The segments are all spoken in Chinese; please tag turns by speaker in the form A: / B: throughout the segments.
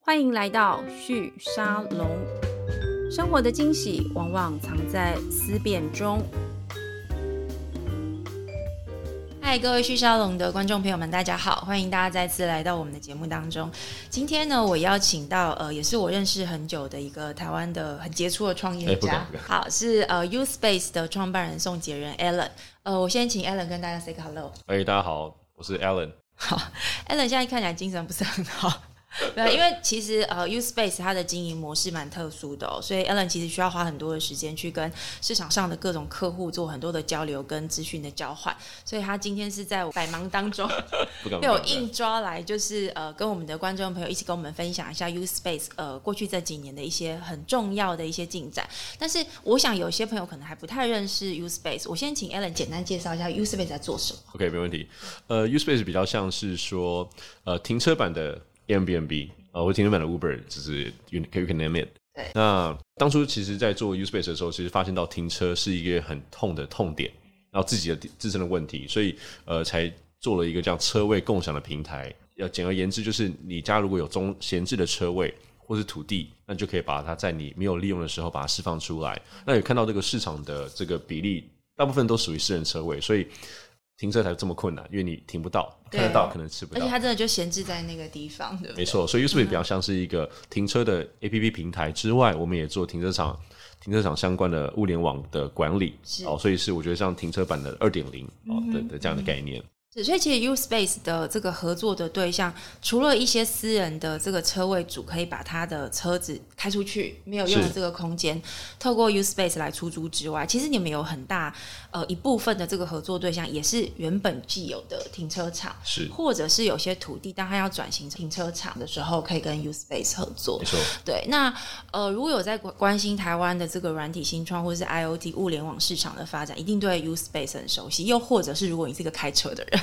A: 欢迎来到旭沙龙。生活的惊喜往往藏在思辨中。嗨，各位旭沙龙的观众朋友们，大家好！欢迎大家再次来到我们的节目当中。今天呢，我邀请到呃，也是我认识很久的一个台湾的很杰出的创业
B: 哎不
A: 家，
B: 敢不敢
A: 好是呃 U Space 的创办人宋杰仁 Alan。呃，我先请 Alan 跟大家 say 个 hello。
B: 哎、大家好，我是 Alan。
A: Allen 现在看起来精神不是很好。 对，因为其实呃，U Space 它的经营模式蛮特殊的哦，所以 Allen 其实需要花很多的时间去跟市场上的各种客户做很多的交流跟资讯的交换，所以他今天是在百忙当中
B: 不敢，不
A: 被我
B: 敢。不敢
A: 硬抓来，就是呃，跟我们的观众朋友一起跟我们分享一下 U Space 呃过去这几年的一些很重要的一些进展。但是我想有些朋友可能还不太认识 U Space，我先请 Allen 简单介绍一下 U Space 在做什么。
B: OK，没问题。呃，Uspace 比较像是说，呃，停车版的 Airbnb 呃，或停车版的 Uber，就是 you you can name it。
A: 对
B: 那当初其实，在做 Uspace 的时候，其实发现到停车是一个很痛的痛点，然后自己的自身的问题，所以呃，才做了一个这样车位共享的平台。要简而言之，就是你家如果有中闲置的车位或是土地，那你就可以把它在你没有利用的时候把它释放出来。那也看到这个市场的这个比例，大部分都属于私人车位，所以停车才这么困难，因为你停不到，
A: 对
B: 看得到可能吃不
A: 而
B: 到
A: 且。它真的就闲置在那个地方，对不对
B: 没？错，所以 Uspace 比较像是一个停车的 APP 平台之外，我们也做停车场、停车场相关的物联网的管理
A: 是
B: 哦，所以是我觉得像停车版的二点零哦的的这样的概念。
A: 是，所以其实 U Space 的这个合作的对象，除了一些私人的这个车位主可以把他的车子开出去没有用的
B: 是
A: 这个空间，透过 U Space 来出租之外，其实你们有很大呃一部分的这个合作对象也是原本既有的停车场，
B: 是
A: 或者是有些土地，当他要转型停车场的时候，可以跟 U Space 合作
B: 没。错，
A: 对，那呃，如果有在关关心台湾的这个软体新创或是 IOT 物联网市场的发展，一定对 U Space 很熟悉。又或者是如果你是一个开车的 人，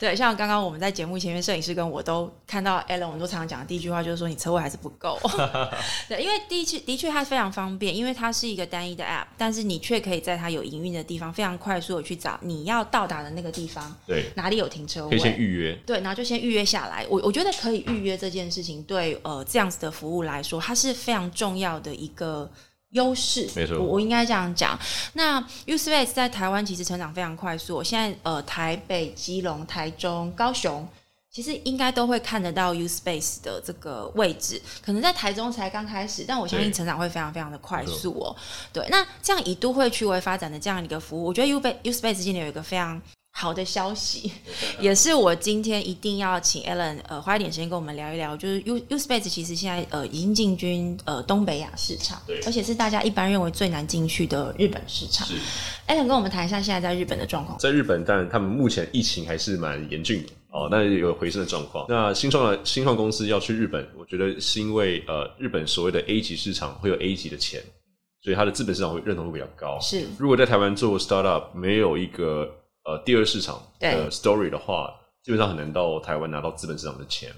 A: 对，像刚刚我们在节目前面，摄影师跟我都看到 Alan，我们都常常讲的第一句话就是说你车位还是不够。 对，因为的确的确它非常方便，因为它是一个单一的 App，但是你却可以在它有营运的地方非常快速的去找你要到达的那个地方
B: 对，
A: 哪里有停车
B: 可以
A: 位。
B: 先预约。
A: 对，然后就先预约下来。我我觉得可以预约这件事情，对呃这样子的服务来说，它是非常重要的一个优势。
B: 没错
A: 我我应该这样讲。那 Uspace 在台湾其实成长非常快速，我现在呃台北、基隆、台中、高雄。其实应该都会看得到 U Space 的这个位置，可能在台中才刚开始，但我相信
B: 对
A: 成长会非常非常的快
B: 没错
A: 速哦。对，那这样以都会区为发展的这样一个服务，我觉得 U Space U Space 今年有一个非常好的消息， 也是我今天一定要请 Alan 呃花一点时间跟我们聊一聊，就是 U U Space 其实现在呃已经进军呃东北亚市场
B: 对，
A: 而且是大家一般认为最难进去的日本市场。Alan 跟我们谈一下现在在日本的状况。
B: 在日本，但他们目前疫情还是蛮严峻的哦，那有回升的状况。那新创的新创公司要去日本，我觉得是因为呃，日本所谓的 A 级市场会有 A 级的钱，所以它的资本市场会认同度比较高。
A: 是
B: 如果在台湾做 startup 没有一个呃第二市场
A: 对
B: 的 story 的话，基本上很难到台湾拿到资本市场的钱。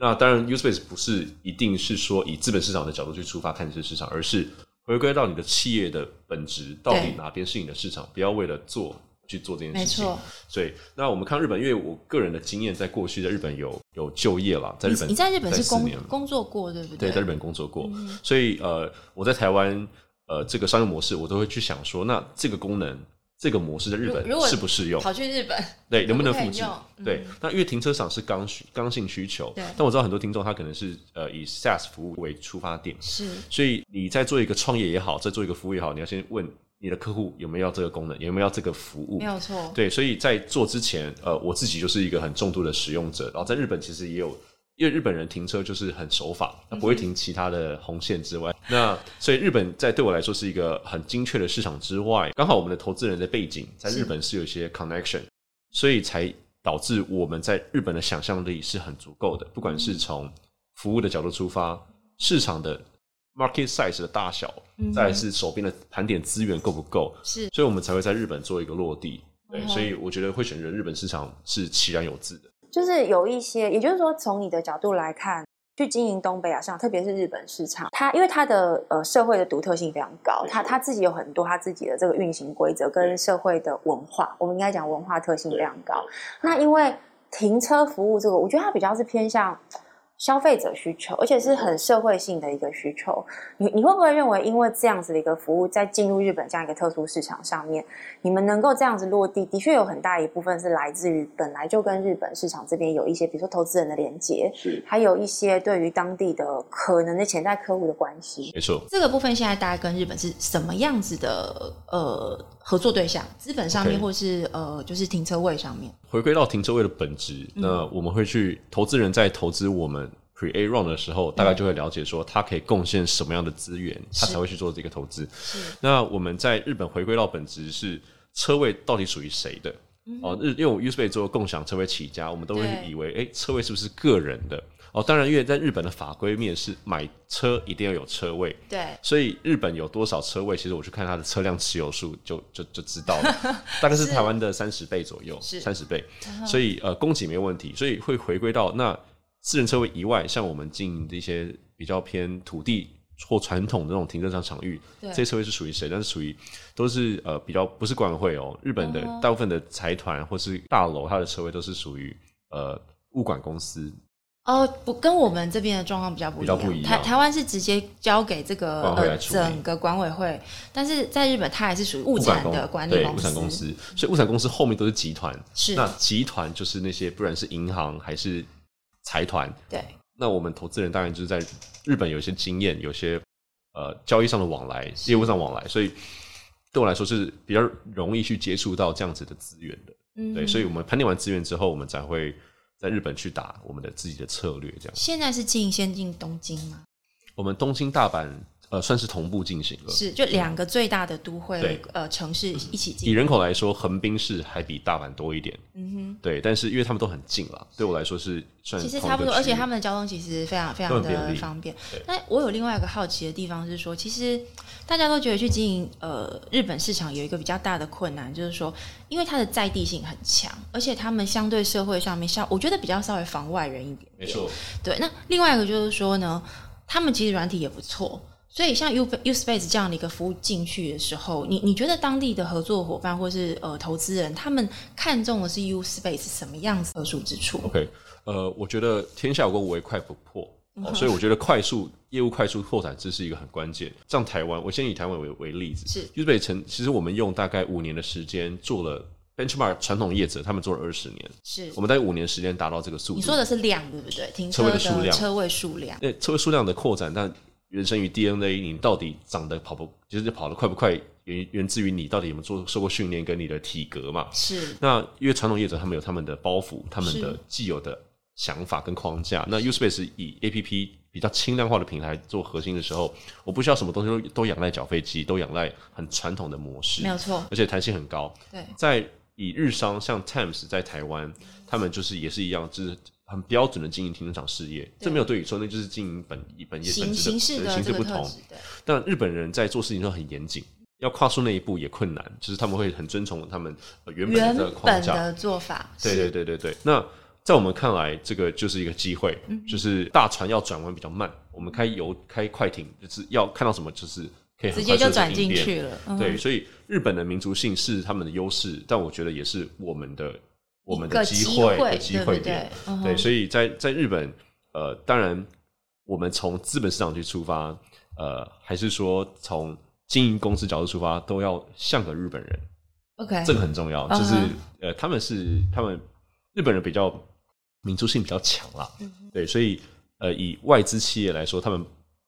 B: 那当然，Uspace 不是一定是说以资本市场的角度去出发看这些市场，而是回归到你的企业的本质，到底
A: 对
B: 哪边是你的市场，不要为了做去做这件
A: 没
B: 事情
A: 错。，
B: 所以，那我们看日本，因为我个人的经验，在过去在日本有有就业了，在日
A: 你
B: 本
A: 你在日本是
B: 待四
A: 工
B: 年了
A: 工作过对不嗯
B: 对，在日本工作过，所以呃，我在台湾呃这个商业模式，我都会去想说，那这个功能、这个模式在日本
A: 如如果
B: 适不适用？
A: 跑去日本，
B: 对，
A: 能
B: 能
A: 不
B: 不能
A: 能
B: 复制
A: 用？嗯
B: 对，那因为停车场是刚需刚性需求
A: 对，
B: 但我知道很多听众他可能是呃以 SaaS 服务为出发点，
A: 是
B: 所以你在做一个创业也好，在做一个服务也好，你要先问你的客户有没有要这个功能，有没有要这个服务
A: 没。有错。
B: 对，所以在做之前，呃，我自己就是一个很重度的使用者。然后在日本其实也有，因为日本人停车就是很守法，他不会停其他的红线之外。那所以日本在对我来说是一个很精确的市场之外，刚好我们的投资人的背景在
A: 是
B: 日本是有一些 connection，所以才导致我们在日本的想象力是很足够的，不管是从服务的角度出发，市场的 market size 的大小，再来是手边的盘点资源够不够，
A: 嗯是
B: 所以我们才会在日本做一个落地。对，
A: 嗯哼
B: 所以我觉得会选择日本市场是其然有自的。
C: 就是有一些，也就是说，从你的角度来看，去经营东北亚市场，特别是日本市场，它因为它的呃社会的独特性非常高，它它自己有很多它自己的这个运行规则跟社会的文化，我们应该讲文化特性非常高。那因为停车服务这个，我觉得它比较是偏向消费者需求，而且是很社会性的一个需求。你你会不会认为，因为这样子的一个服务，在进入日本这样一个特殊市场上面，你们能够这样子落地，的确有很大一部分是来自于本来就跟日本市场这边有一些，比如说投资人的连接，
D: 是
C: 还有一些对于当地的可能的潜在客户的关系。
B: 没错，
A: 这个部分现在大概跟日本是什么样子的呃合作对象？资本上面
B: OK
A: 或是呃就是停车位上面？
B: 回归到停车位的本质，
A: 嗯
B: 那我们会去投资人在投资我们 pre A round 的时候，大概就会了解说他可以贡献什么样的资源，他
A: 是
B: 才会去做这个投资。那我们在日本回归到本质是车位到底属于谁的？哦，日因为我 u s e b a 做共享车位起家，我们都会
A: 嗯对
B: 以为哎、诶车位是不是个人的？哦，当然，因为在日本的法规面是买车一定要有车位，
A: 对，
B: 所以日本有多少车位，其实我去看它的车辆持有数就就就知道 了，大概是台湾的三十倍左右，
A: 是嗯
B: 三十倍。所以呃，供给没有问题，所以会回归到那私人车位以外，像我们进这些比较偏土地或传统的那种停车场场域，
A: 对
B: 这些车位是属于谁？但是属于都是呃比较不是管委会哦，日本的
A: 嗯
B: 大部分的财团或是大楼，它的车位都是属于呃物管公司
A: 哦，不跟我们这边的状况比较不一样。
B: 比较不一样
A: 台台湾是直接交给这个
B: 管委会来
A: 呃
B: 处理
A: 整个管委会，但是在日本它还是属于物产
B: 公
A: 的管理
B: 对
A: 公司。
B: 物产公司，所以物产公司后面都是集团。
A: 是
B: 那集团就是那些不管是银行还是财团，
A: 对
B: 那我们投资人当然就是在日本有一些经验，有些呃交易上的往来、业务上往来，所以对我来说是比较容易去接触到这样子的资源的。
A: 嗯
B: 对，所以我们盘点完资源之后，我们才会在日本去打我们的自己的策略。这样，
A: 现在是进先进东京吗？
B: 我们东京、大阪呃算是同步进行了。
A: 是，就两个最大的都会
B: 呃对
A: 呃城市一起
B: 以
A: 进。
B: 人口来说，横滨市还比大阪多一点，嗯哼，对，但是因为他们都很近了，对我来说是算
A: 其实
B: 同一
A: 差不
B: 个
A: 多，而且
B: 区域
A: 他们的交通其实非常非常
B: 都很便
A: 的
B: 利
A: 方便
B: 对。
A: 那我有另外一个好奇的地方是说，其实大家都觉得去经营呃日本市场有一个比较大的困难，就是说，因为它的在地性很强，而且他们相对社会上面像我觉得比较稍微防外人一点。
B: 没错，
A: 对，那另外一个就是说呢，他们其实软体也不错，所以像 U U Space 这样的一个服务进去的时候，你你觉得当地的合作伙伴或是呃投资人，他们看中的是 U Space 什么样子特殊之处？
B: OK，呃，我觉得天下有个唯快不破、
A: 嗯
B: 哦，所以我觉得快速业务快速拓展这是一个很关键。像台湾，我先以台湾为为例子，
A: 是
B: 日北城，其实我们用大概五年的时间做了 benchmark 传统业者，他们做了二十年，
A: 是
B: 我们大概五年时间达到这个速度。
A: 你说的是量对不对？停
B: 车
A: 车
B: 位
A: 的
B: 的数量
A: 车位数量，
B: 那车位数量的扩展，但原生于 DNA，你到底长得跑不，就是跑得快不快，源源自于你到底有没有做受过训练跟你的体格嘛？
A: 是
B: 那因为传统业者他们有他们的包袱，他们的
A: 是
B: 既有的想法跟框架。那 Uspace 以 APP 比较轻量化的平台做核心的时候，我不需要什么东西都都仰赖缴费机，都仰赖很传统的模式
A: 没，有错，
B: 而且弹性很高。
A: 对，
B: 在以日商像 Times 在台湾，他们就是也是一样，就是很标准的经营停车场事业，这没有对与错，那就是经营本本业本
A: 形
B: 质
A: 形
B: 的
A: 式
B: 对
A: 的
B: 形
A: 这
B: 式
A: 个
B: 不
A: 特
B: 同。
A: 质，对，
B: 但日本人在做事情上很严谨，要跨出那一步也困难，就是他们会很遵从他们呃原本的
A: 原
B: 这个框
A: 本
B: 架。
A: 的做法，
B: 对
A: 是
B: 对对对对。那在我们看来，这个就是一个机会，
A: 嗯
B: 就是大船要转弯比较慢，我们开游开快艇，就是要看到什么就是可以
A: 直接
B: 很快速
A: 就
B: 地
A: 转
B: 应
A: 进
B: 变
A: 去了，嗯
B: 对，所以日本的民族性是他们的优势，但我觉得也是我们的我们
A: 一
B: 的
A: 个
B: 机
A: 机
B: 会的
A: 会，
B: 机
A: 对不
B: 会
A: 对
B: 点。？
A: 嗯
B: 对，
A: 哼
B: 所以在在日本，呃，当然我们从资本市场去出发，呃，还是说从经营公司角度出发，都要像个日本人，
A: ，OK，
B: 这个很重要。
A: 嗯
B: 就是
A: 哼
B: 呃，他们是他们日本人比较民族性比较强啦，
A: 嗯
B: 对，所以呃，以外资企业来说，他们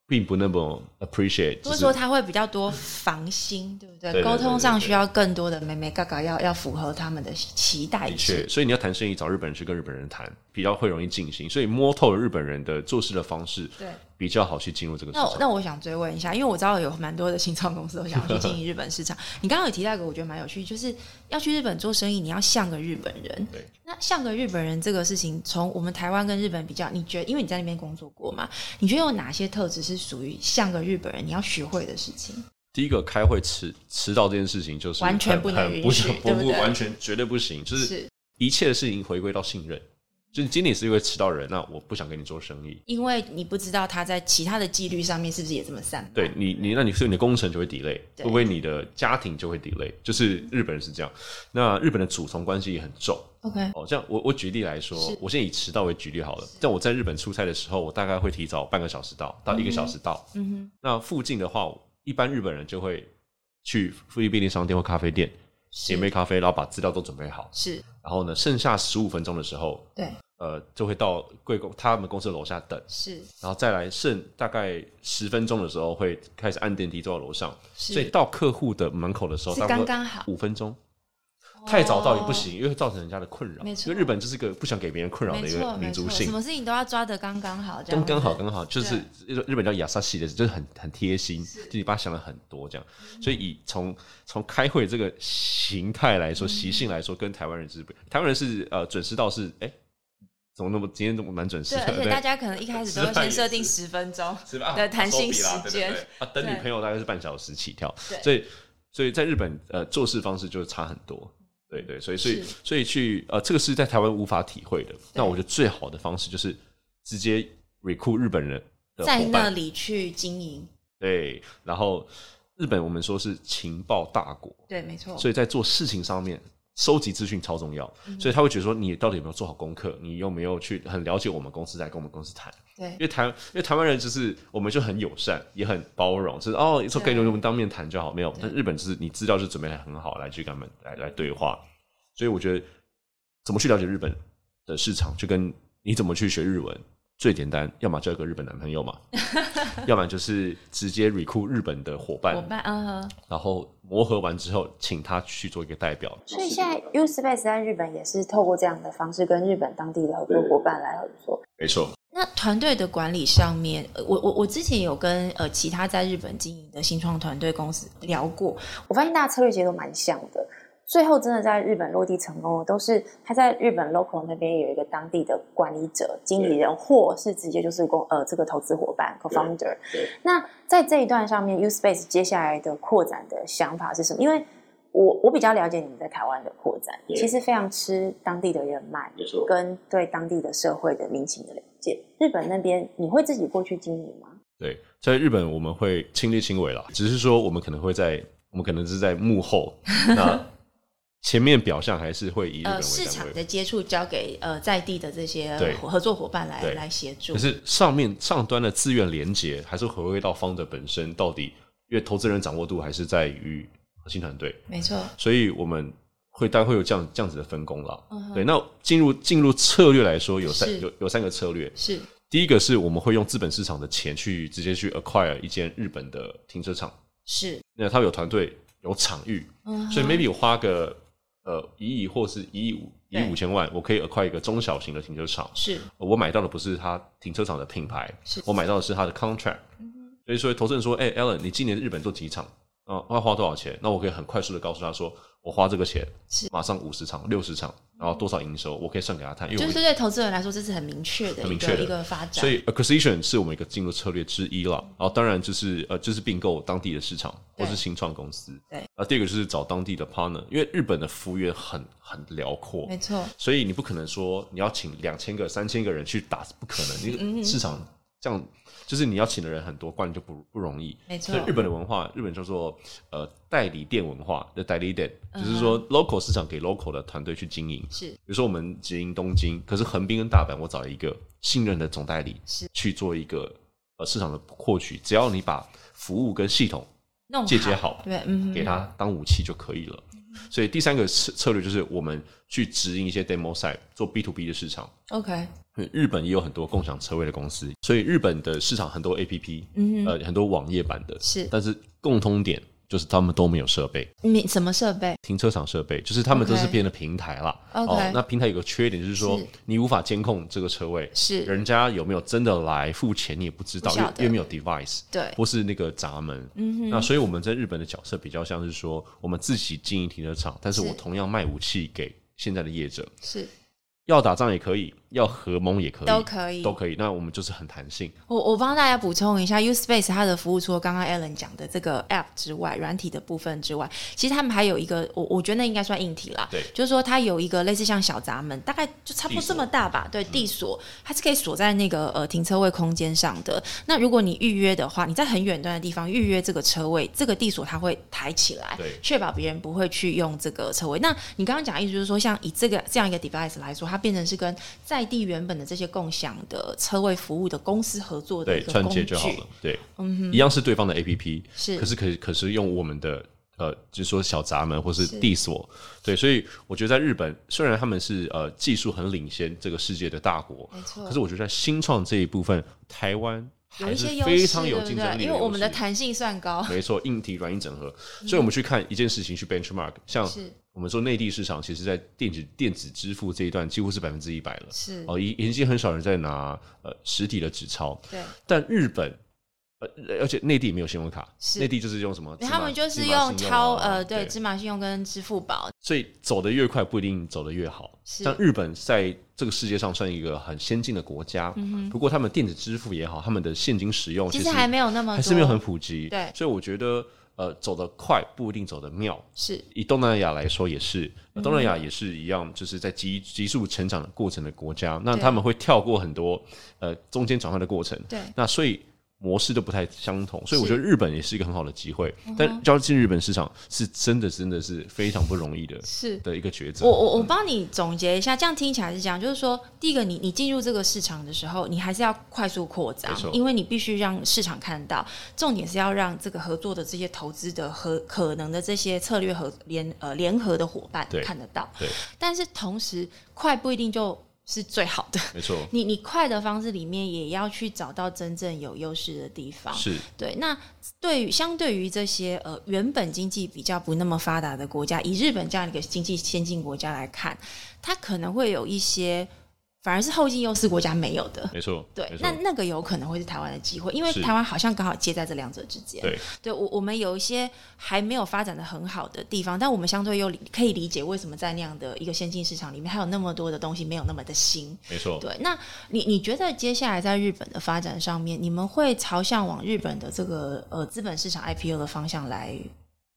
B: 并不那么 appreciate，
A: 或
B: 就
A: 者
B: 是
A: 说他会比较多防心，对不
B: 对
A: 对？
B: 对
A: 沟通上
B: 对对对
A: 需要更多的妹妹嘎嘎，要要符合他们的期待
B: 的
A: 值
B: 确，。所以你要谈生意，找日本人去跟日本人谈，比较会容易进行。所以摸透了日本人的做事的方式，
A: 对，
B: 比较好去进入这个市
A: 那我
B: 场。
A: 那我想追问一下，因为我知道有蛮多的新创公司都想要去经营日本市场。你刚刚有提到一个我觉得蛮有趣，就是要去日本做生意，你要像个日本人。
B: 对，
A: 那像个日本人这个事情，从我们台湾跟日本比较，你觉得因为你在那边工作过嘛，你觉得有哪些特质是属于像个日本人你要学会的事情？
B: 第一个开会迟迟到这件事情，就是
A: 完全
B: 很
A: 不能
B: 很
A: 允
B: 不
A: 许
B: 行，
A: 对不对
B: 完全绝对不行，就是
A: 是
B: 一切的事情回归到信任。就是经理是因为迟到人，那我不想跟你做生意。
A: 因为你不知道他在其他的纪律上面是不是也这么散漫。
B: 对你，你那你所以你的工程就会 delay，会
A: 嗯对
B: 不会你的家庭就会 delay？就是日本人是这样，那日本的主从关系也很重。
A: ，OK，
B: 哦，这样我我举例来说
A: 嗯是，
B: 我现在以迟到为举例好了。像我在日本出差的时候，我大概会提早半个小时到，到一个小时到。
A: 嗯
B: 那附近的话，一般日本人就会去附近便利商店或咖啡店
A: 哼，
B: 点杯咖啡，然后把资料都准备好。
A: 是，
B: 然后呢，剩下十五分钟的时候，
A: 对，
B: 呃，就会到贵公他们公司的楼下等，
A: 是，
B: 然后再来剩大概十分钟的时候会开始按电梯坐到楼上，
A: 是
B: 所以到客户的门口的时候，
A: 是
B: 大概
A: 刚刚好
B: 五分钟。太早到也不
A: 哦
B: 行，因为会造成人家的困扰。
A: 没错
B: 因为日本就是个不想给别人困扰的
A: 哦没
B: 一个
A: 错，
B: 民
A: 没
B: 族
A: 错，
B: 性
A: 什，么事情都要抓的刚刚好，这样
B: 刚刚好，
A: 子
B: 刚好就是日本叫亚萨西的，就是很很贴心，就你把它想了很多这样。
A: 嗯
B: 所以以从从开会这个形态来
A: 嗯
B: 说，习性来说，跟台湾人是不，台湾人是呃准时到是哎、怎么那么今天这么蛮准时
A: 对，
B: 的？
A: 而且大家可能一开始都会
B: 吃饭
A: 先
B: 也是
A: 设定十分钟，
B: 是吧？
A: 对
B: 啊
A: 弹性时
B: 手比啦对对
A: 间
B: 对啊，等
A: 对
B: 女朋友大概是半小时起跳，
A: 对
B: 所以所以在日本呃做事方式就差很多，对对，所以所以
A: 是
B: 所以去呃这个是在台湾无法体会的。那我觉得最好的方式就是直接 recruit 日本人的
A: 在
B: 伙
A: 那
B: 伴，
A: 里去经营，
B: 对，然后日本我们说是情报大国，
A: 对，没错，
B: 所以在做事情上面。收集资讯超重要，
A: 嗯
B: 所以他会觉得说你到底有没有做好功课，你有没有去很了解我们公司，来跟我们公司谈。
A: 对
B: 因，为台因为台湾人就是我们就很友善，也很包容，就是哦，说可以我们当面谈就好，没有。但日本就是你资料就准备得很好，来去跟他们来来对话。所以我觉得怎么去了解日本的市场，就跟你怎么去学日文最简单，要么交一个日本男朋友嘛， 要不然就是直接 recruit 日本的伙伴
A: 伙，伴，嗯哼，
B: 然后磨合完之后，请他去做一个代表。
C: 所以现在 U Space 在日本也是透过这样的方式跟日本当地的合作伙伴来合作。
B: 没错，
A: 那团队的管理上面，呃我我我之前有跟呃其他在日本经营的新创团队公司聊过，
C: 我发现大家策略其实都蛮像的。最后真的在日本落地成功的，都是他在日本 local 那边有一个当地的管理者、经理人，或是直接就是公呃这个投资伙伴 co-founder。那在这一段上面，U Space 接下来的扩展的想法是什么？因为我我比较了解你们在台湾的扩展，其实非常吃当地的人脉，跟对当地的社会的民情的了解。日本那边你会自己过去经营吗？
B: 对，在日本我们会亲力亲为啦，只是说我们可能会在，我们可能是在幕后， 那前面表象还是会以日本
A: 呃，
B: 为
A: 市
B: 单
A: 场
B: 位。
A: 的接触交给呃在地的这些
B: 对
A: 合合作伙伴来
B: 对
A: 来协助
B: 可，是上面上端的资源连接，还是回归到方的本身，到底因为投资人掌握度还是在于核心团队，
A: 没错，
B: 所以我们会大概会有这样这样子的分工啦。
A: 嗯哼
B: 对，那进入进入策略来说，有
A: 是
B: 三有有三个策略，
A: 是
B: 第一个是我们会用资本市场的钱去直接去 acquire 一间日本的停车场。
A: 是，
B: 那他们有团队有场域，
A: 嗯哼
B: 所以 maybe 我花个呃一亿或是一亿五一亿
A: 对
B: 五千万，我可以 acquire 一个中小型的停车场。呃
A: 是
B: 我买到的不是它停车场的品牌
A: 是，
B: 我买到的是它的 contract。所以
A: 嗯
B: 说，投资人说：“哎、a l l e n 你今年日本做几场？啊、要花多少钱？”那我可以很快速的告诉他说：“我花这个钱
A: 是，
B: 马上五十场、六十场，然后多少营收，我可以算给他看。”因为
A: 就
B: 我
A: 是对投资人来说，这是很明确的
B: 很
A: 一
B: 明
A: 个
B: 确的
A: 一个发展，
B: 所以 acquisition 是我们一个进入策略之一啦。然后当然就是呃，就是并购当地的市场
A: 对
B: 或是新创公司。
A: 对
B: 啊，第二个就是找当地的 partner，因为日本的服务业很很辽阔
A: 没，错，
B: 所以你不可能说你要请两千个、三千个人去打，不可
A: 嗯
B: 能。你市场这样就是你要请的人很多，不然就不不容易。
A: 没错
B: 所以日本的文化，日本叫做呃代理店文化的代理店，
A: 嗯
B: 就是说 local 市场给 local 的团队去经营。
A: 是
B: 比如说我们直营东京，可是横滨跟大阪，我找一个信任的总代理
A: 是
B: 去做一个呃市场的获取，只要你把服务跟系统
A: 弄
B: 解决好，
A: 对，嗯
B: 给
A: 哼，
B: 它当武器就可以了。
A: 嗯
B: 所以第三个策策略就是我们去指引一些 demo site 做 B to B 的市场。
A: ，OK，
B: 日本也有很多共享车位的公司，所以日本的市场很多 A P P，
A: 嗯哼，
B: 呃，很多网页版的，
A: 是
B: 但是共通点就是他们都没有设备。
A: 你嗯什么设备？
B: 停车场设备，就是他们都是
A: OK
B: 变成平台啦。哦
A: OK
B: 那平台有个缺点就是说
A: 是
B: 你无法监控这个车位，
A: 是
B: 人家有没有真的来付钱你也不知道，
A: 不
B: 因
A: 晓
B: 为
A: 得
B: 因为没有 device，
A: 对
B: 或是那个闸门。嗯那所以我们在日本的角色比较像是说，我们自己经营停车场，但是
A: 是
B: 我同样卖武器给现在的业者，
A: 是
B: 要打仗也可以，要合盟也可以，
A: 都可以
B: 都可以。那我们就是很弹性。
A: 我我帮大家补充一下，Uspace 它的服务除了刚刚 Alan 讲的这个 App 之外，软体的部分之外，其实他们还有一个，我我觉得那应该算硬体啦。
B: 对
A: 就是说它有一个类似像小闸门，大概就差不多这么大吧。对，地锁它是可以锁在那个呃停车位空间上的。那如果你预约的话，你在很远端的地方预约这个车位，这个地锁它会抬起来
B: 对，
A: 确保别人不会去用这个车位。那你刚刚讲的意思就是说，像以这个这样一个 device 来说，它变成是跟在地原本的这些共享的车位服务的公司合作的
B: 对
A: 一，个
B: 串
A: 工具嗯
B: 接就好了。对，一样是对方的 APP，
A: 是
B: 可是可可是用我们的呃，就是说小闸门或是
A: 是
B: 地锁，对，所以我觉得在日本，虽然他们是呃技术很领先这个世界的大国，
A: 没错
B: 可是我觉得在新创这一部分，台湾
A: 有
B: 还
A: 一
B: 是
A: 些优势，
B: 非常有
A: 对不
B: 竞争力
A: 对？
B: 的
A: 因为我们的
B: 优势
A: 弹性算 高，
B: 没错，硬体软硬整合。所以我们去看一件事情去 benchmark，像
A: 是
B: 我们说内地市场，其实在电子电子支付这一段几乎是百分之一百了。
A: 是
B: 哦，已已经很少人在拿呃实体的纸钞，
A: 对，
B: 但日本。呃，而且内地没有信用卡，
A: 是
B: 内地就是用什么？
A: 他们就是
B: 芝麻
A: 用
B: 信用
A: 超
B: 啊
A: 呃对
B: 对，
A: 芝麻信用跟支付宝，
B: 所以走得越快不一定走得越好。
A: 是
B: 像日本在这个世界上算一个很先进的国家，不过他们电子支付也好，他们的现金使用
A: 嗯其
B: 其
A: 实还没有那么多，
B: 还是没有很普及。
A: 对
B: 所以我觉得呃，走得快不一定走得妙。
A: 是
B: 以东南亚来说也是，
A: 嗯
B: 呃东南亚也是一样，就是在急急速成长的过程的国家，那
A: 对
B: 他们会跳过很多呃中间转换的过程。
A: 对
B: 那所以。模式都不太相同，所以我
A: 是嗯
B: 觉得日本也是一个很好的机会，但要进日本市场是真的真的是非常不容易的
A: 是。
B: 的一个抉择。
A: 我我我帮你总结一下，这样听起来是这样，就是说，第一个你，你进入这个市场的时候，你还是要快速扩张
B: 没，错
A: 因为你必须让市场看到，重点是要让这个合作的这些投资的和可能的这些策略和联呃联合的伙伴
B: 对
A: 看得到，
B: 对，
A: 但是同时快不一定就是最好的，
B: 没错，
A: 你你快的方式里面也要去找到真正有优势的地方。
B: 是
A: 对，那对于相对于这些呃原本经济比较不那么发达的国家，以日本这样一个经济先进国家来看，它可能会有一些反而是后进优势国家没有的。
B: 没错，
A: 对
B: 没，错
A: 那那个有可能会是台湾的机会，因为
B: 是
A: 台湾好像刚好介在这两者之间。
B: 对
A: 对我我们有一些还没有发展的很好的地方，但我们相对又理可以理解为什么在那样的一个先进市场里面，还有那么多的东西没有那么的新。
B: 没错。
A: 对，那你你觉得接下来在日本的发展上面，你们会朝向往日本的这个呃资本市场 IPO 的方向来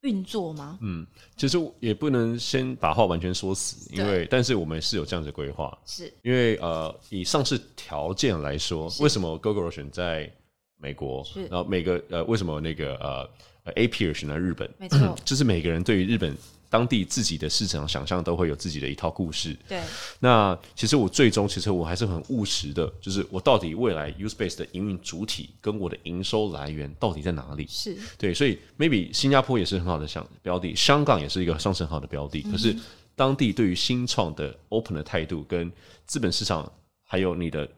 A: 运作吗？
B: 嗯其实也不能先把话完全说死，因为但是我们是有这样子的规划，
A: 是
B: 因为呃，以上市条件来说，为什么 Google 选在美国
A: 是，
B: 然后每个呃，为什么那个呃呃 a p r 选在日本？
A: 没错
B: 就是每个人对于日本当地自己的市场想象都会有自己的一套故事。
A: 对，
B: 那其实我最终其实我还是很务实的，就是我到底未来 Uspace 的营运主体跟我的营收来源到底在哪里？
A: 是
B: 对，所以 maybe 新加坡也是很好的想标的，香港也是一个上升很好的标
A: 嗯
B: 的。可是当地对于新创的 open 的态度，跟资本市场，还有你的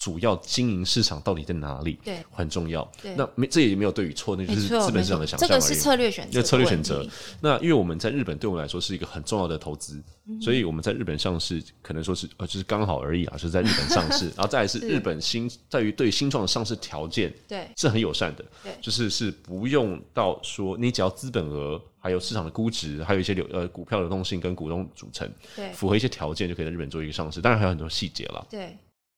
B: 主要经营市场到底在哪里，
A: 对
B: 很重要
A: 对。
B: 那没这也没有对与错，那就
A: 没
B: 是
A: 错，
B: 资本
A: 没
B: 市
A: 错
B: 场的想
A: 这
B: 象
A: 个
B: 而
A: 是
B: 已。
A: 策略选择的问
B: 就
A: 题，
B: 策略选择。那因为我们在日本对我们来说是一个很重要的投资，
A: 嗯
B: 所以我们在日本上市，可能说是呃，就是刚好而已啊，就是在日本上 市，然后再来是
A: 是
B: 日本新在于对新创的上市条件
A: 对
B: 是很友善的
A: 对，
B: 就是是不用到说你只要资本额还有市场的估值，还有一些流呃股票流动性跟股东组成
A: 对
B: 符合一些条件，就可以在日本做一个上市。当然还有很多细节了。
A: 对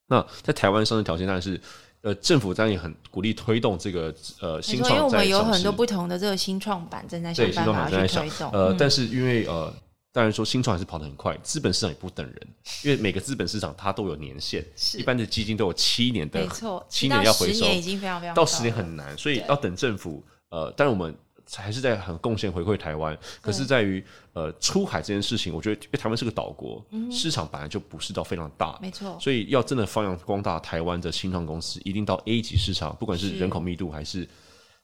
B: 那在台湾上市条件当然是。呃，政府当然也很鼓励推动这个呃
A: 没
B: 新
A: 错，
B: 创
A: 因为我
B: 在
A: 们有
B: 上
A: 很多
B: 市
A: 不同的这个新创板正在想
B: 对，新
A: 办
B: 创
A: 法
B: 板正在
A: 去
B: 想
A: 推，动。
B: 呃，
A: 嗯
B: 但是因为呃，当然说新创还是跑得很快，资本市场也不等人，因为每个资本市场它都有年限，
A: 是
B: 一般的基金都有七年的，
A: 没错，
B: 七
A: 到
B: 年要回
A: 十
B: 收，
A: 年已经非常非常
B: 到
A: 高
B: 十年
A: 了
B: 很难，所以要等政府呃，当然我们。还是在很贡献回馈台湾，可是在于呃出海这件事情，我觉得因为台湾是个岛国，市场本来就不是到非常大，
A: 嗯没错，
B: 所以要真的发扬光大台湾的新创公司，一定到 A 级市场，不管
A: 是
B: 是人口密度还是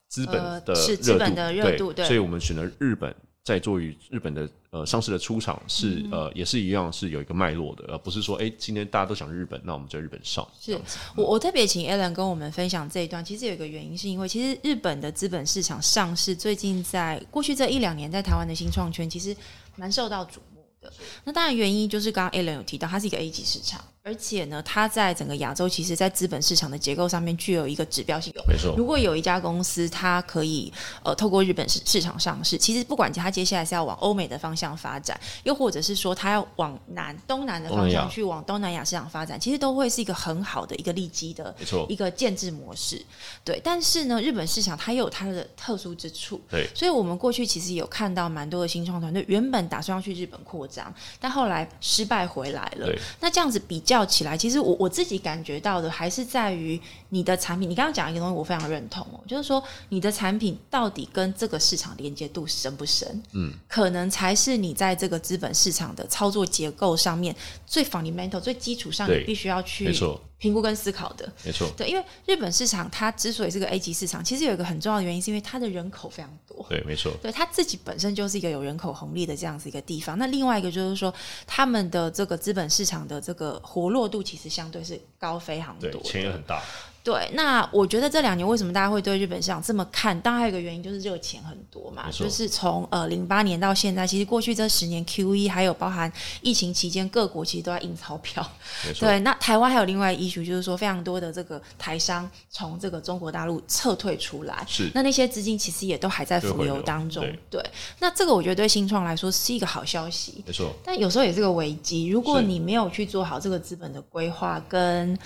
B: 资本
A: 呃
B: 的
A: 是
B: 热度，
A: 资本的热度对
B: 所以我们选择日本。在做于日本的呃上市的出场是、
A: 嗯
B: 呃也是一样是有一个脉络的，而不是说哎、今天大家都想日本，那我们就日本上。
A: 是我我特别请 Alan 跟我们分享这一段，其实有一个原因，是因为其实日本的资本市场上市最近在过去这一两年，在台湾的新创圈其实蛮受到瞩目的。那当然原因就是刚刚 Alan 有提到，它是一个 A 级市场。而且呢，它在整个亚洲，其实在资本市场的结构上面具有一个指标性。
B: 没错
A: 如，果有一家公司，它可以呃透过日本市市场上市，其实不管它接下来是要往欧美的方向发展，又或者是说它要往南东南的
B: 东
A: 方
B: 南亚
A: 向去往东南亚市场发展，其实都会是一个很好的一个利基的
B: 没错
A: 一个建制模式。对，但是呢，日本市场它也有它的特殊之处，
B: 对，
A: 所以我们过去其实有看到蛮多的新创团队原本打算要去日本扩张，但后来失败回来了
B: 对。
A: 那这样子比较起来，其实我我自己感觉到的还是在于你的产品。你刚刚讲一个东西，我非常认同哦，就是说你的产品到底跟这个市场连接度深不深？
B: 嗯，
A: 可能才是你在这个资本市场的操作结构上面最 fundamental、最基础上你
B: 对
A: 必须要
B: 没
A: 去
B: 错，
A: 评估跟思考的。
B: 没错，
A: 对，因为日本市场它之所以是个 A 级市场，其实有一个很重要的原因，是因为它的人口非常多。
B: 对，没错，
A: 对，它自己本身就是一个有人口红利的这样子一个地方。那另外一个就是说，他们的这个资本市场的这个活络度其实相对是高非常多
B: 对，钱也
A: 的。
B: 很大，
A: 对，那我觉得这两年为什么大家会对日本市场这么看？当然还有一个原因就是热钱很多嘛，
B: 没错
A: 就是从呃零八年到现在，其实过去这十年 Q E 还有包含疫情期间，各国其实都在印钞票。
B: 没错，
A: 对，那台湾还有另外一 issue，就是说非常多的这个台商从这个中国大陆撤退出来，
B: 是
A: 那那些资金其实也都还在
B: 就
A: 浮
B: 回流
A: 游当中
B: 对。
A: 对，那这个我觉得对新创来说是一个好消息，
B: 没错，
A: 但有时候也是个危机。如果
B: 是
A: 你没有去做好这个资本的规划跟。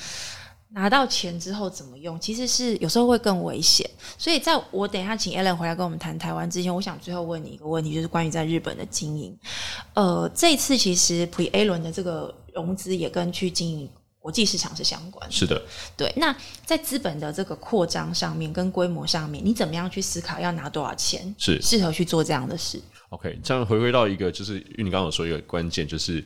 A: 拿到钱之后怎么用，其实是有时候会更危险。所以，在我等一下请 Alan 回来跟我们谈台湾之前，我想最后问你一个问题，就是关于在日本的经营。呃，这一次其实 Pre A 轮的这个融资也跟去经营国际市场是相关的。
B: 是的，
A: 对，那在资本的这个扩张上面跟规模上面，你怎么样去思考要拿多少钱
B: 是
A: 适合去做这样的事？
B: OK，这样回归到一个，就是因为你刚刚有说一个关键，就是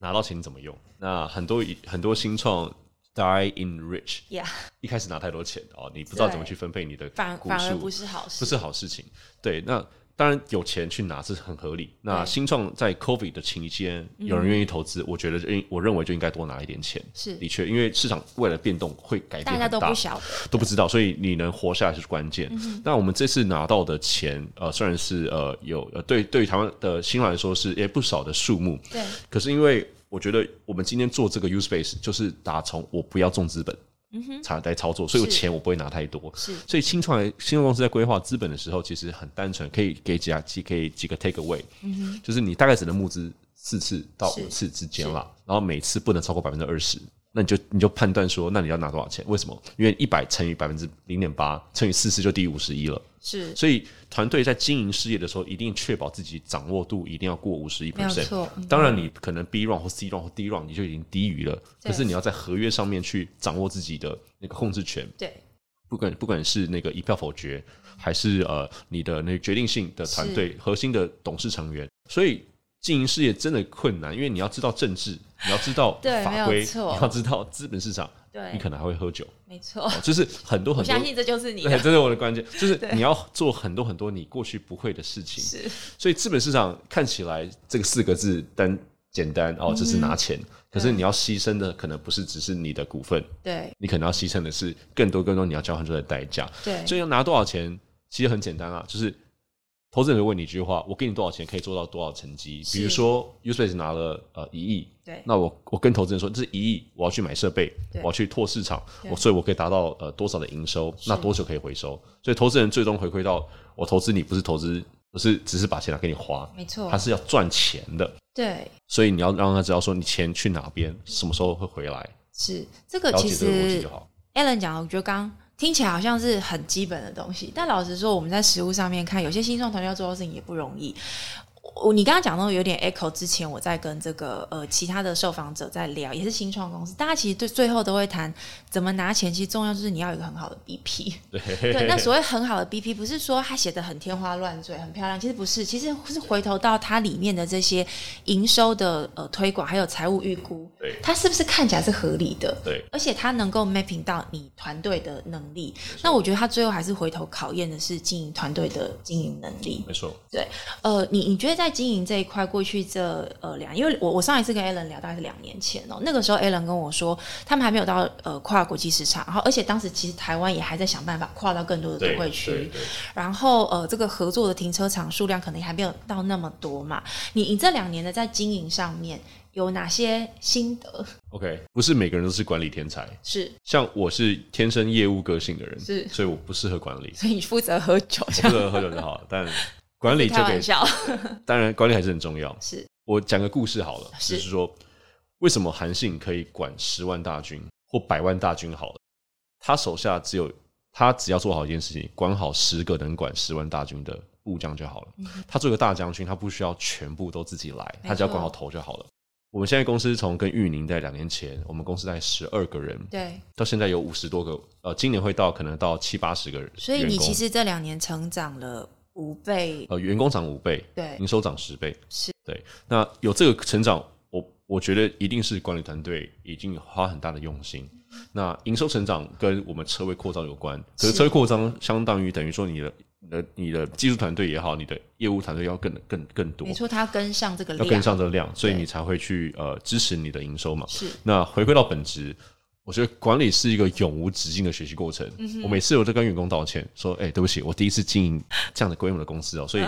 B: 拿到钱怎么用。那很多很多新创 die in rich，
A: 呀、
B: 一开始拿太多钱哦，你不知道
A: 对
B: 怎么去分配你的
A: 反
B: 股
A: 反而
B: 数
A: 不是好事。
B: 不是好事情。对，那当然有钱去拿是很合理。那
A: 对嗯
B: 新创在 COVID 的期间，有人愿意投资，我觉得就应我认为就应该多拿一点钱。
A: 是
B: 的确，因为市场未来的变动会改变
A: 大
B: 很
A: 家
B: 大，
A: 都不 晓得，
B: 都不知道，所以你能活下来是关键。那我们这次拿到的钱，呃，虽然是呃有呃对对于台湾的新来说是也不少的数目，
A: 对，
B: 可是因为我觉得我们今天做这个 U Space 就是打从我不要重资本，嗯哼，才来操作，所以我
A: 是
B: 钱我不会拿太多。
A: 是
B: 所以新创新创公司在规划资本的时候，其实很单纯，可以给几啊几给几个 take away，、嗯、就是你大概只能募资四次到
A: 是
B: 五次之间啦，然后每次不能超过百分之二十。那你就你就判断说，那你要拿多少钱？为什么？因为一百乘以百分之零点八乘以四十就低于五十一了。
A: 是
B: 所以团队在经营事业的时候，一定确保自己掌握度一定要过五十一
A: 没有
B: percent。
A: 错。嗯
B: 当然，你可能 B round 或 C round 或 D round 你就已经低于了，
A: 对
B: 可是你要在合约上面去掌握自己的那个控制权。
A: 对，
B: 不管不管是那个一票否决，还是呃你的那个决定性的团队核心的董事成员，所以经营事业真的困难，因为你要知道政治，你要知道
A: 对没
B: 法
A: 有
B: 规，你
A: 错
B: 要知道资本市场，
A: 对
B: 你可能还会喝酒，
A: 没错。
B: 哦就是很多
A: 我
B: 很多
A: 相。信这就是你
B: 对，
A: 的
B: 这是我的关键，就是
A: 对
B: 你要做很多很多你过去不会的事情。
A: 是
B: 所以资本市场看起来这个四个字单简单哦，就是拿钱。可是
A: 嗯对
B: 你要牺牲的可能不是只是你的股份，
A: 对
B: 你可能要牺牲的是更多更多你要交换出来的代价。
A: 对
B: 所以要拿多少钱，其实很简单啊，就是投资人会问你一句话：我给你多少钱，可以做到多少成绩？比如
A: 是
B: 说 u s p a c e 拿了呃一亿，
A: 对
B: 那我我跟投资人说，这是一亿，我要去买设备，
A: 对
B: 我要去拓市场，
A: 对
B: 我所以我可以达到呃多少的营收，那多久可以回收？所以投资人最终回馈到我投资你不是投资，不是只是把钱拿给你花，
A: 没错
B: 他是要赚钱的。
A: 对。
B: 所以你要让他知道说你钱去哪边，什么时候会回来，
A: 是这个
B: 了
A: 呃其
B: 解这个逻辑
A: 实
B: 就好。
A: Alan 讲的，我觉得刚听起来好像是很基本的东西，但老实说，我们在实物上面看，有些新创团队要做到事情也不容易。我你刚刚讲到有点 echo，之前我在跟这个呃其他的受访者在聊，也是新创公司，大家其实对最后都会谈怎么拿钱，其实重要就是你要有一个很好的 BP。对，那所谓很好的 BP，不是说它写的很天花乱坠、很漂亮，其实不是，其实是回头到它里面的这些营收的呃推广，还有财务预估，
B: 对
A: 它是不是看起来是合理的？
B: 对
A: 而且它能够 mapping 到你团队的能力。那我觉得它最后还是回头考验的是经营团队的经营能力。
B: 没错，
A: 对，呃，你你觉得在经营这一块，过去这呃两，因为我我上一次跟 Alan 聊大概是两年前哦，那个时候 Alan 跟我说，他们还没有到呃跨国际市场，然后而且当时其实台湾也还在想办法跨到更多的都会区，然后呃这个合作的停车场数量可能还没有到那么多嘛，你你这两年的在经营上面。有哪些心得？
B: OK，不是每个人都是管理天才，
A: 是，
B: 像我是天生业务个性的人，
A: 是
B: 所以我不适 合管理，
A: 所以你负责喝酒，
B: 我
A: 这
B: 不适
A: 样
B: 合喝酒就好了。但管理
A: 开
B: 就给
A: 玩， 笑，
B: 当然管理还是很重要。
A: 是
B: 我讲个故事好了，
A: 是
B: 就是说为什么韩信可以管十万大军或百万大军好了，他手下只有他只要做好一件事情，管好十个能管十万大军的部将就好了。他做一个大将军，他不需要全部都自己来，
A: 嗯没
B: 他只要
A: 错
B: 管好头就好了。我们现在公司从跟玉宁在两年前，我们公司在十二个人，
A: 对。
B: 到现在有五十多个，呃，今年会到可能到七八十个人。
A: 所以你
B: 员工
A: 其实这两年成长了五倍，
B: 呃，员嗯工涨五倍，
A: 对
B: 营，收涨十倍，
A: 是
B: 对。那有这个成长，我我觉得一定是管理团队已经花很大的用心。那营收成长跟我们车位扩张有关，可是
A: 是
B: 车位扩张相当于等于说你的、你的、你的技术团队也好，你的业务团队要更更更多
A: 没，错，他跟上这个
B: 要
A: 量，
B: 跟上这个量，所以
A: 对
B: 你才会去呃支持你的营收嘛。
A: 是
B: 那回归到本质，我觉得管理是一个永无止境的学习过程。
A: 嗯
B: 我每次我都跟员工道歉说：“哎、对不起，我第一次经营这样的规模的公司哦、
A: 嗯
B: 所以、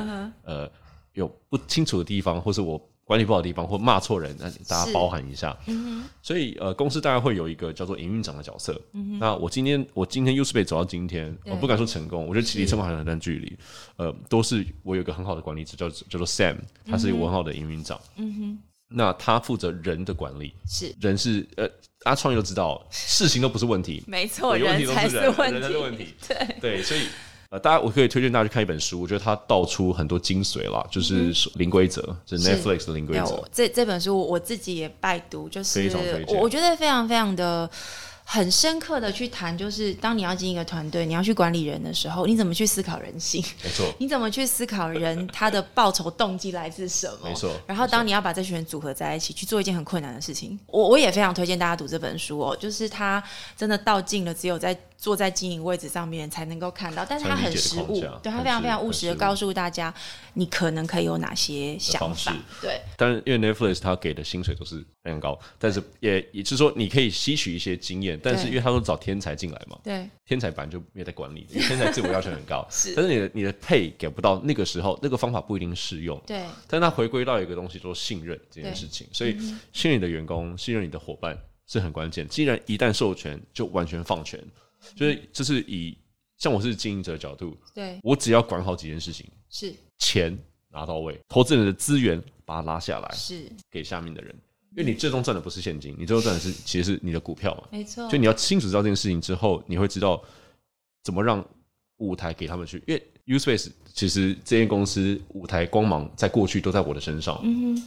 B: 呃有不清楚的地方，或是我管理不好的地方，或骂错人，那大家包涵一下。
A: 嗯
B: 所以呃，公司大概会有一个叫做营运长的角色。那我今天我今天 u s p a y 走到今天，
A: 嗯对
B: 我不敢说成功，我觉得其实离
A: 是
B: 成功还有很段距离。呃，都是我有一个很好的管理者叫叫做 Sam，他是
A: 嗯
B: 我很好的营运长。那他负责人的管理。
A: 是，，
B: 人是呃，阿创又知道事情都不是问题
A: 没错，
B: 有问题
A: 人
B: 都
A: 才
B: 是人，人才
A: 问
B: 是
A: 题，
B: 问题，对对，所以呃，大家我可以推荐大家去看一本书，我觉得它道出很多精髓啦，就是《零规则》，就
A: 嗯
B: 是
A: 是
B: Netflix 的《零规
A: 没
B: 则》
A: 有，这这本书我我自己也拜读，就是
B: 非常推荐
A: 我我觉得非常非常的很深刻的去谈，就是当你要进一个团队，你要去管理人的时候，你怎么去思考人性？
B: 没错，
A: 你怎么去思考人他的报酬动机来自什么？
B: 没错
A: 然后当你要把这群人组合在一起去做一件很困难的事情，我我也非常推荐大家读这本书哦，就是他真的道尽了只有在坐在经营位置上面才能够看到，但是他
B: 才能
A: 很
B: 理解
A: 实
B: 的框
A: 务
B: 架，
A: 对他
B: 很
A: 非常
B: 实
A: 非常务
B: 很
A: 实
B: 实
A: 的
B: 务
A: 告诉大家你可能可以有哪些想
B: 方式
A: 法，对。
B: 但是因为 Netflix 它给的薪水都是非常高，但是也也就是说你可以吸取一些经验，但是
A: 对
B: 因为他都找天才进来嘛，
A: 对，
B: 天才版就没有在管理的，因为天才自我要求很高，
A: 是
B: 但是你的你的配给不到那个时候，那个方法不一定适用，
A: 对，
B: 但它回归到一个东西，就是信任这件事情。所以，信任你的员工，信任你的伙伴是很关键。既然一旦授权，就完全放权，就是这是以像我是经营者的角度，
A: 对，
B: 我只要管好几件事情：
A: 是
B: 钱拿到位，投资人的资源把它拉下来，
A: 是，
B: 给下面的人。因为你最终赚的不是现金，你最终赚的是其实是你的股票嘛。
A: 没错，
B: 就你要清楚知道这件事情之后，你会知道怎么让舞台给他们去。因为 U Space 其实这间公司舞台光芒在过去都在我的身上，
A: 嗯哼，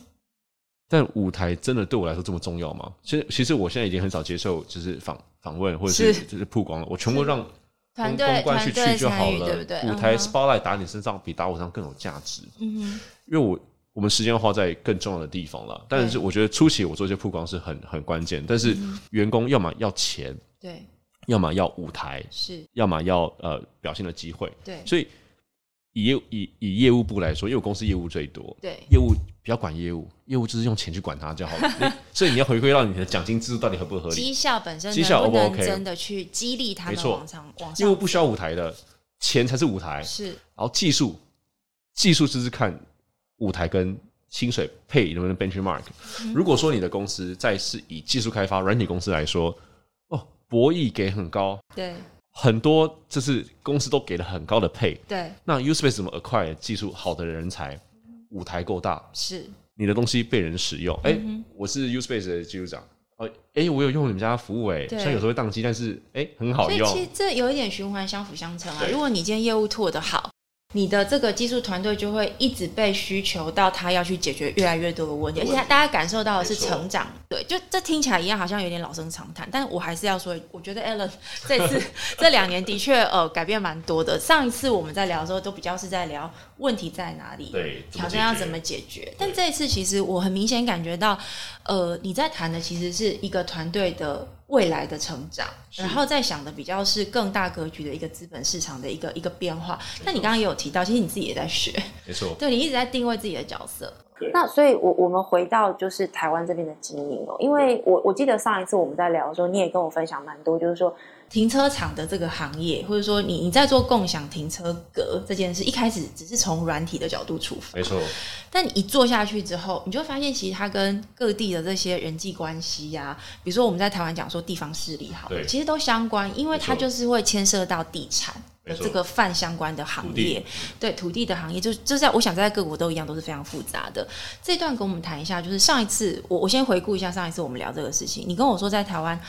B: 但舞台真的对我来说这么重要吗？其实，其实我现在已经很少接受就是访访问或者是
A: 是
B: 就是曝光了，我全部让
A: 团
B: 公
A: 队
B: 公关去
A: 团
B: 去
A: 队
B: 就好
A: 参与，
B: 了。
A: 对不对？
B: 舞台
A: 嗯哼
B: spotlight 打你身上比打我身上更有价值，
A: 嗯哼，
B: 因为我我们时间要花在更重要的地方了。但是我觉得初期我做这些曝光是很很关键，但
A: 嗯
B: 是员工要么要钱，
A: 对，
B: 要么要舞台，
A: 是，
B: 要么要呃表现的机会。
A: 对，
B: 所以以业以以业务部来说，因为我公司业务最多，
A: 对，
B: 业务不要管业务，业务就是用钱去管它就好了。你所以你要回归到你的奖金制度到底合不合理？
A: 绩效本身
B: 绩效
A: 能
B: O
A: 不
B: 不
A: 能
B: OK？
A: 真的去激励他
B: 没
A: 们
B: 错
A: 往上往
B: 业务
A: 上？
B: 不需要舞台的，钱才是舞台。
A: 是
B: 然后技术，技术就是看舞台跟薪水配能不能 benchmark。如果说你的公司在是以技术开发软体公司来说，哦，博弈给很高，
A: 对，
B: 很多就是公司都给了很高的配。
A: 对，
B: 那 Uspace 怎么 acquire 技术好的人才？舞台够大，
A: 是，
B: 你的东西被人使用。哎、
A: 嗯
B: 我是 Uspace 的技术长，哦，哎，我有用你们家的服务、哎，
A: 对
B: 虽然有时候会宕机，但是哎、很好
A: 所以
B: 用。
A: 其实这有一点循环相辅相成啊。
B: 对
A: 如果你今天业务拓得好。你的这个技术团队就会一直被需求到，他要去解决越来越多的问题，而
B: 对
A: 且他大家感受到的是
B: 没错
A: 成长。对，就这听起来一样，好像有点老生常谈，但我还是要说，我觉得 Alan 这 次这两年的确呃改变蛮多的。上一次我们在聊的时候，都比较是在聊问题在哪里，
B: 对怎
A: 挑
B: 么
A: 战要
B: 解决
A: 怎么解决。但这一次，其实我很明显感觉到，呃，你在谈的其实是一个团队的未来的成长，然后再想的比较是更大格局的一个资本市场的一个一个变化。那你刚刚也有提到，其实你自己也在学，
B: 没错，
A: 对你一直在定位自己的角色，
C: 那所以我，我们回到就是台湾这边的经营哦，因为我我记得上一次我们在聊的时候，你也跟我分享蛮多，就是说
A: 停车场的这个行业，或者说你你在做共享停车格这件事，一开始只是从软体的角度出发
B: 没，错，
A: 但你一做下去之后，你就会发现，其实它跟各地的这些人际关系呀、比如说我们在台湾讲说地方势力好了，
B: 对
A: 其实都相关，因为它
B: 没错
A: 就是会牵涉到地产的
B: 没错
A: 这个泛相关的行
B: 土地
A: 业，对土地的行业，就就在我想在各国都一样，都是非常复杂的。这一段跟我们谈一下，就是上一次我我先回顾一下上一次我们聊这个事情，你跟我说在台湾。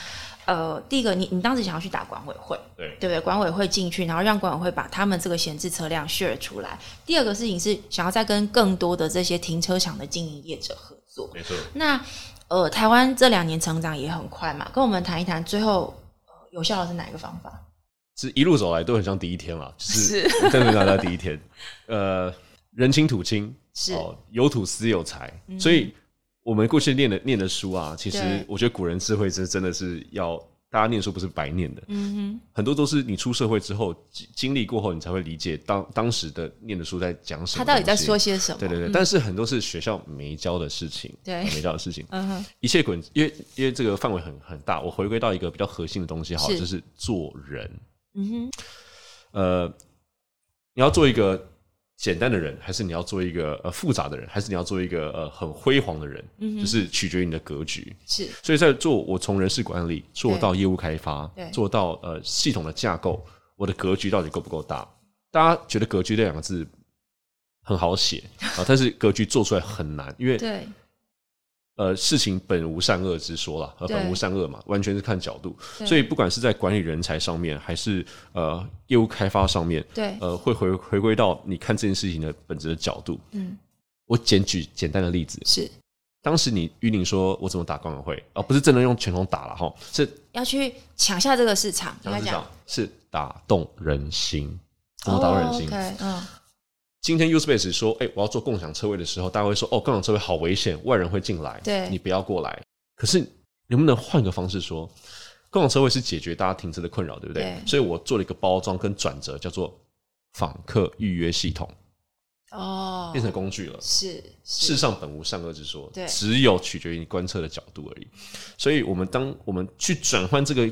A: 呃，第一个，你你当时想要去打管委会，
B: 对
A: 对不对？管委会进去，然后让管委会把他们这个闲置车辆 share 出来。第二个事情是想要再跟更多的这些停车场的经营业者合作。
B: 没错。
A: 那呃，台湾这两年成长也很快嘛，跟我们谈一谈最后、呃有效的是哪一个方法？
B: 是一路走来都很像第 一天啦，就是真的拿到第一天， 呃，人亲土亲，
A: 是嗯
B: 哦，有土司有财，所以我们过去念的念的书啊，其实
A: 对
B: 我觉得古人智慧是真的是要大家念书不是白念的，
A: 嗯
B: 很多都是你出社会之后经经历过后，你才会理解当当时的念的书在讲什
A: 哼，他
B: 么，
A: 到底在说。些什么？嗯
B: 对对对，但是很多是学校没教的事情，
A: 对
B: 没教的事情，
A: 嗯哼，
B: 一切滚，因为因为这个范围很很大，我回归到一个比较核心的东西，好了，
A: 是
B: 就是做人。
A: 嗯
B: 呃，你要做一个简单的人，还是你要做一个呃复杂的人，还是你要做一个呃很辉煌的人？
A: 嗯哼
B: 就是取决于你的格局。
A: 哼， 是
B: 所以在做我从人事管理做到业务开发
A: 对，
B: 做到呃系统的架构，我的格局到底够不够大？大家觉得格局这两个字很好写啊，但是格局做出来很难，因为
A: 对，
B: 呃，事情本无善恶之说啦，呃，
A: 对
B: 本无善恶嘛，完全是看角度。
A: 对
B: 所以不管是在管理人才上面，还是呃业务开发上面，
A: 对
B: 呃，会回回归到你看这件事情的本质的角度。
A: 嗯，
B: 我简举简单的例子，
A: 是
B: 当时你于宁说我怎么打管委会，而、不是真的用拳头打了哈，是
A: 要去抢下这个市场，应
B: 讲
A: 该
B: 是这
A: 讲
B: 样，是打动人心，怎么打动人心？
A: 哦，OK，嗯，
B: 今天 Uspace 说，哎、我要做共享车位的时候，大家会说，哦，共享车位好危险，外人会进来，
A: 对
B: 你不要过来。可是能不能换个方式说，共享车位是解决大家停车的困扰，对不对？
A: 对
B: 所以我做了一个包装跟转折，叫做访客预约系统，
A: 哦，
B: 变成工具了。
A: 是
B: 世
A: 是
B: 上本无善恶之说
A: 对，
B: 只有取决于你观测的角度而已。所以，我们当我们去转换这个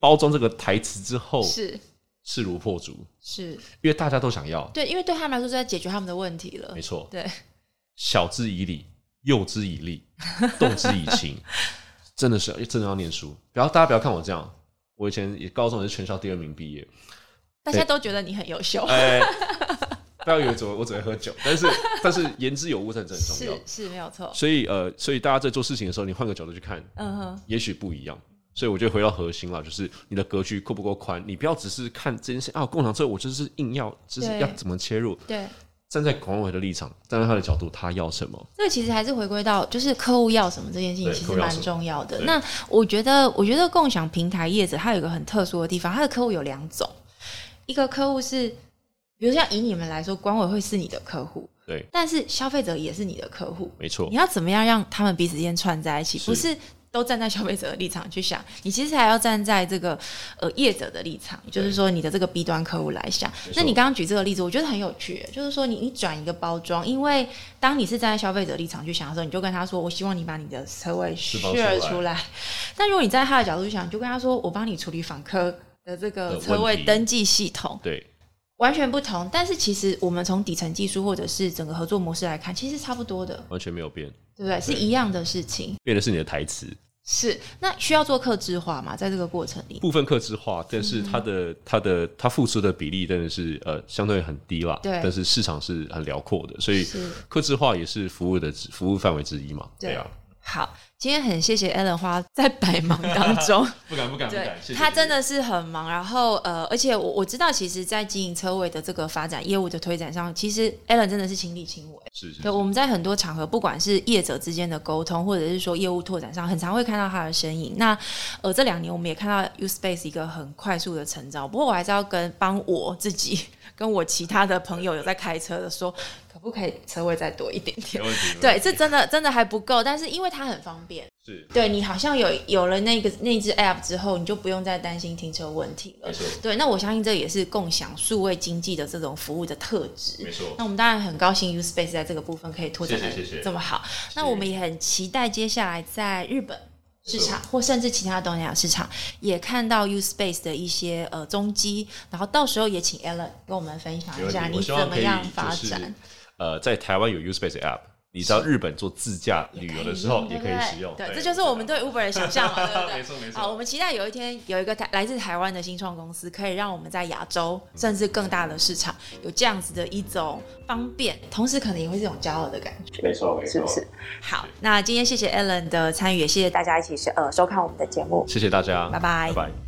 B: 包装这个台词之后，
A: 是
B: 势如破竹，
A: 是，
B: 因为大家都想要，
A: 对，因为对他们来说是在解决他们的问题了
B: 没，错，
A: 对。
B: 晓之以理，诱之以利，动之以情，真的是真的要念书。不要大家不要看我这样，我以前也高中也是全校第二名毕业，
A: 大家都觉得你很优秀，
B: 哎、不要以为只会我只会喝酒，但是但是言之有物真的很重
A: 是
B: 要。
A: 是没有错，
B: 所以呃，所以大家在做事情的时候，你换个角度去看，
A: 嗯哼，
B: 也许不一样。所以我觉得回到核心了，就是你的格局够不够宽，你不要只是看这件事啊，共享这我就是硬要，就是
A: 对
B: 要怎么切入。
A: 对，
B: 站在管委会的立场，站在他的角度，他要什么？
A: 这个其实还是回归到就是客户要什么这件事情，
B: 对
A: 其
B: 客
A: 实
B: 户要
A: 蛮
B: 什么
A: 重要的。
B: 对
A: 那我觉得，我觉得共享平台业者它有一个很特殊的地方，它的客户有两种，一个客户是，比如像以你们来说，管委会是你的客户，
B: 对，
A: 但是消费者也是你的客户，
B: 没错
A: 你。要怎么样让他们彼此之间串在一起？
B: 是
A: 不是都站在消费者的立场去想，你其实还要站在这个呃业者的立场，就是说你的这个 B 端客户来想。
B: 没错
A: 那你刚刚举这个例子，我觉得很有趣，就是说你你转一个包装，因为当你是站在消费者立场去想的时候，你就跟他说，我希望你把你的车位
B: 放出
A: share
B: 来
A: 出来。但如果你站在他的角度去想，你就跟他说，我帮你处理访客。的这个
B: 的
A: 车
B: 问
A: 位
B: 题
A: 登记系统，
B: 对，
A: 完全不同，但是其实我们从底层技术或者是整个合作模式来看，其实是差不多的。
B: 完全没有变，
A: 对不对？是一样的事情。
B: 变的是你的台词。
A: 是，那需要做克制化嘛？在这个过程里，
B: 部分克制化，但是它
A: 嗯
B: 的、它的它付出的比例真的是呃相对很低啦，
A: 对
B: 但是市场是很辽阔的，所以
A: 是
B: 克制化也是服务的之服务范围之一嘛。
A: 对
B: 啊，
A: 好，今天很谢谢 Alan 花在百忙当中，
B: 不敢不敢
A: 对他真的是很忙。然后呃，而且我我知道，其实，在经营车位的这个发展业务的推展上，其实 Alan 真的是亲力亲为。
B: 是是
A: 对，我们在很多场合，不管是业者之间的沟通，或者是说业务拓展上，很常会看到他的身影。那呃，这两年我们也看到 U Space 一个很快速的成长。不过我还是要跟帮我自己，跟我其他的朋友有在开车的说，可不可以车位再多一点点？
B: 问题
A: 对，这真的真的还不够，但是因为它很方便，
B: 是
A: 对你好像有有了那个那只 App 之后，你就不用再担心停车问题了
B: 没。错
A: 对，那我相信这也是共享数位经济的这种服务的特质。
B: 没错
A: 那我们当然很高兴 U Space 在这个部分可以拓展
B: 谢谢
A: 得
B: 谢谢
A: 这么好。那我们也很期待接下来在日本。市场，或甚至其他东南亚市场，也看到 U Space 的一些呃踪迹，然后到时候也请 Alan 跟我们分享一
B: 没问题
A: 下你
B: 我希
A: 怎
B: 望
A: 么
B: 可以
A: 样
B: 就
A: 发
B: 是
A: 展。
B: 呃，在台湾有 Uspace App，你到日本做自驾旅游的时候也可以使 用。
A: 对，这就是我们对 Uber 的想象嘛，对不对？
B: 没错没错
A: 好，我们期待有一天有一个台来自台湾的新创公司，可以让我们在亚洲甚至更大的市场有这样子的一种方便，同时可能也会是一种骄傲的感觉。
B: 没错没错
C: 是不是？
A: 好，那今天谢谢 Alan 的参与，也谢谢大
C: 大家一起是呃收看我们的节目。
B: 谢谢大家，
A: 拜拜
B: 拜拜。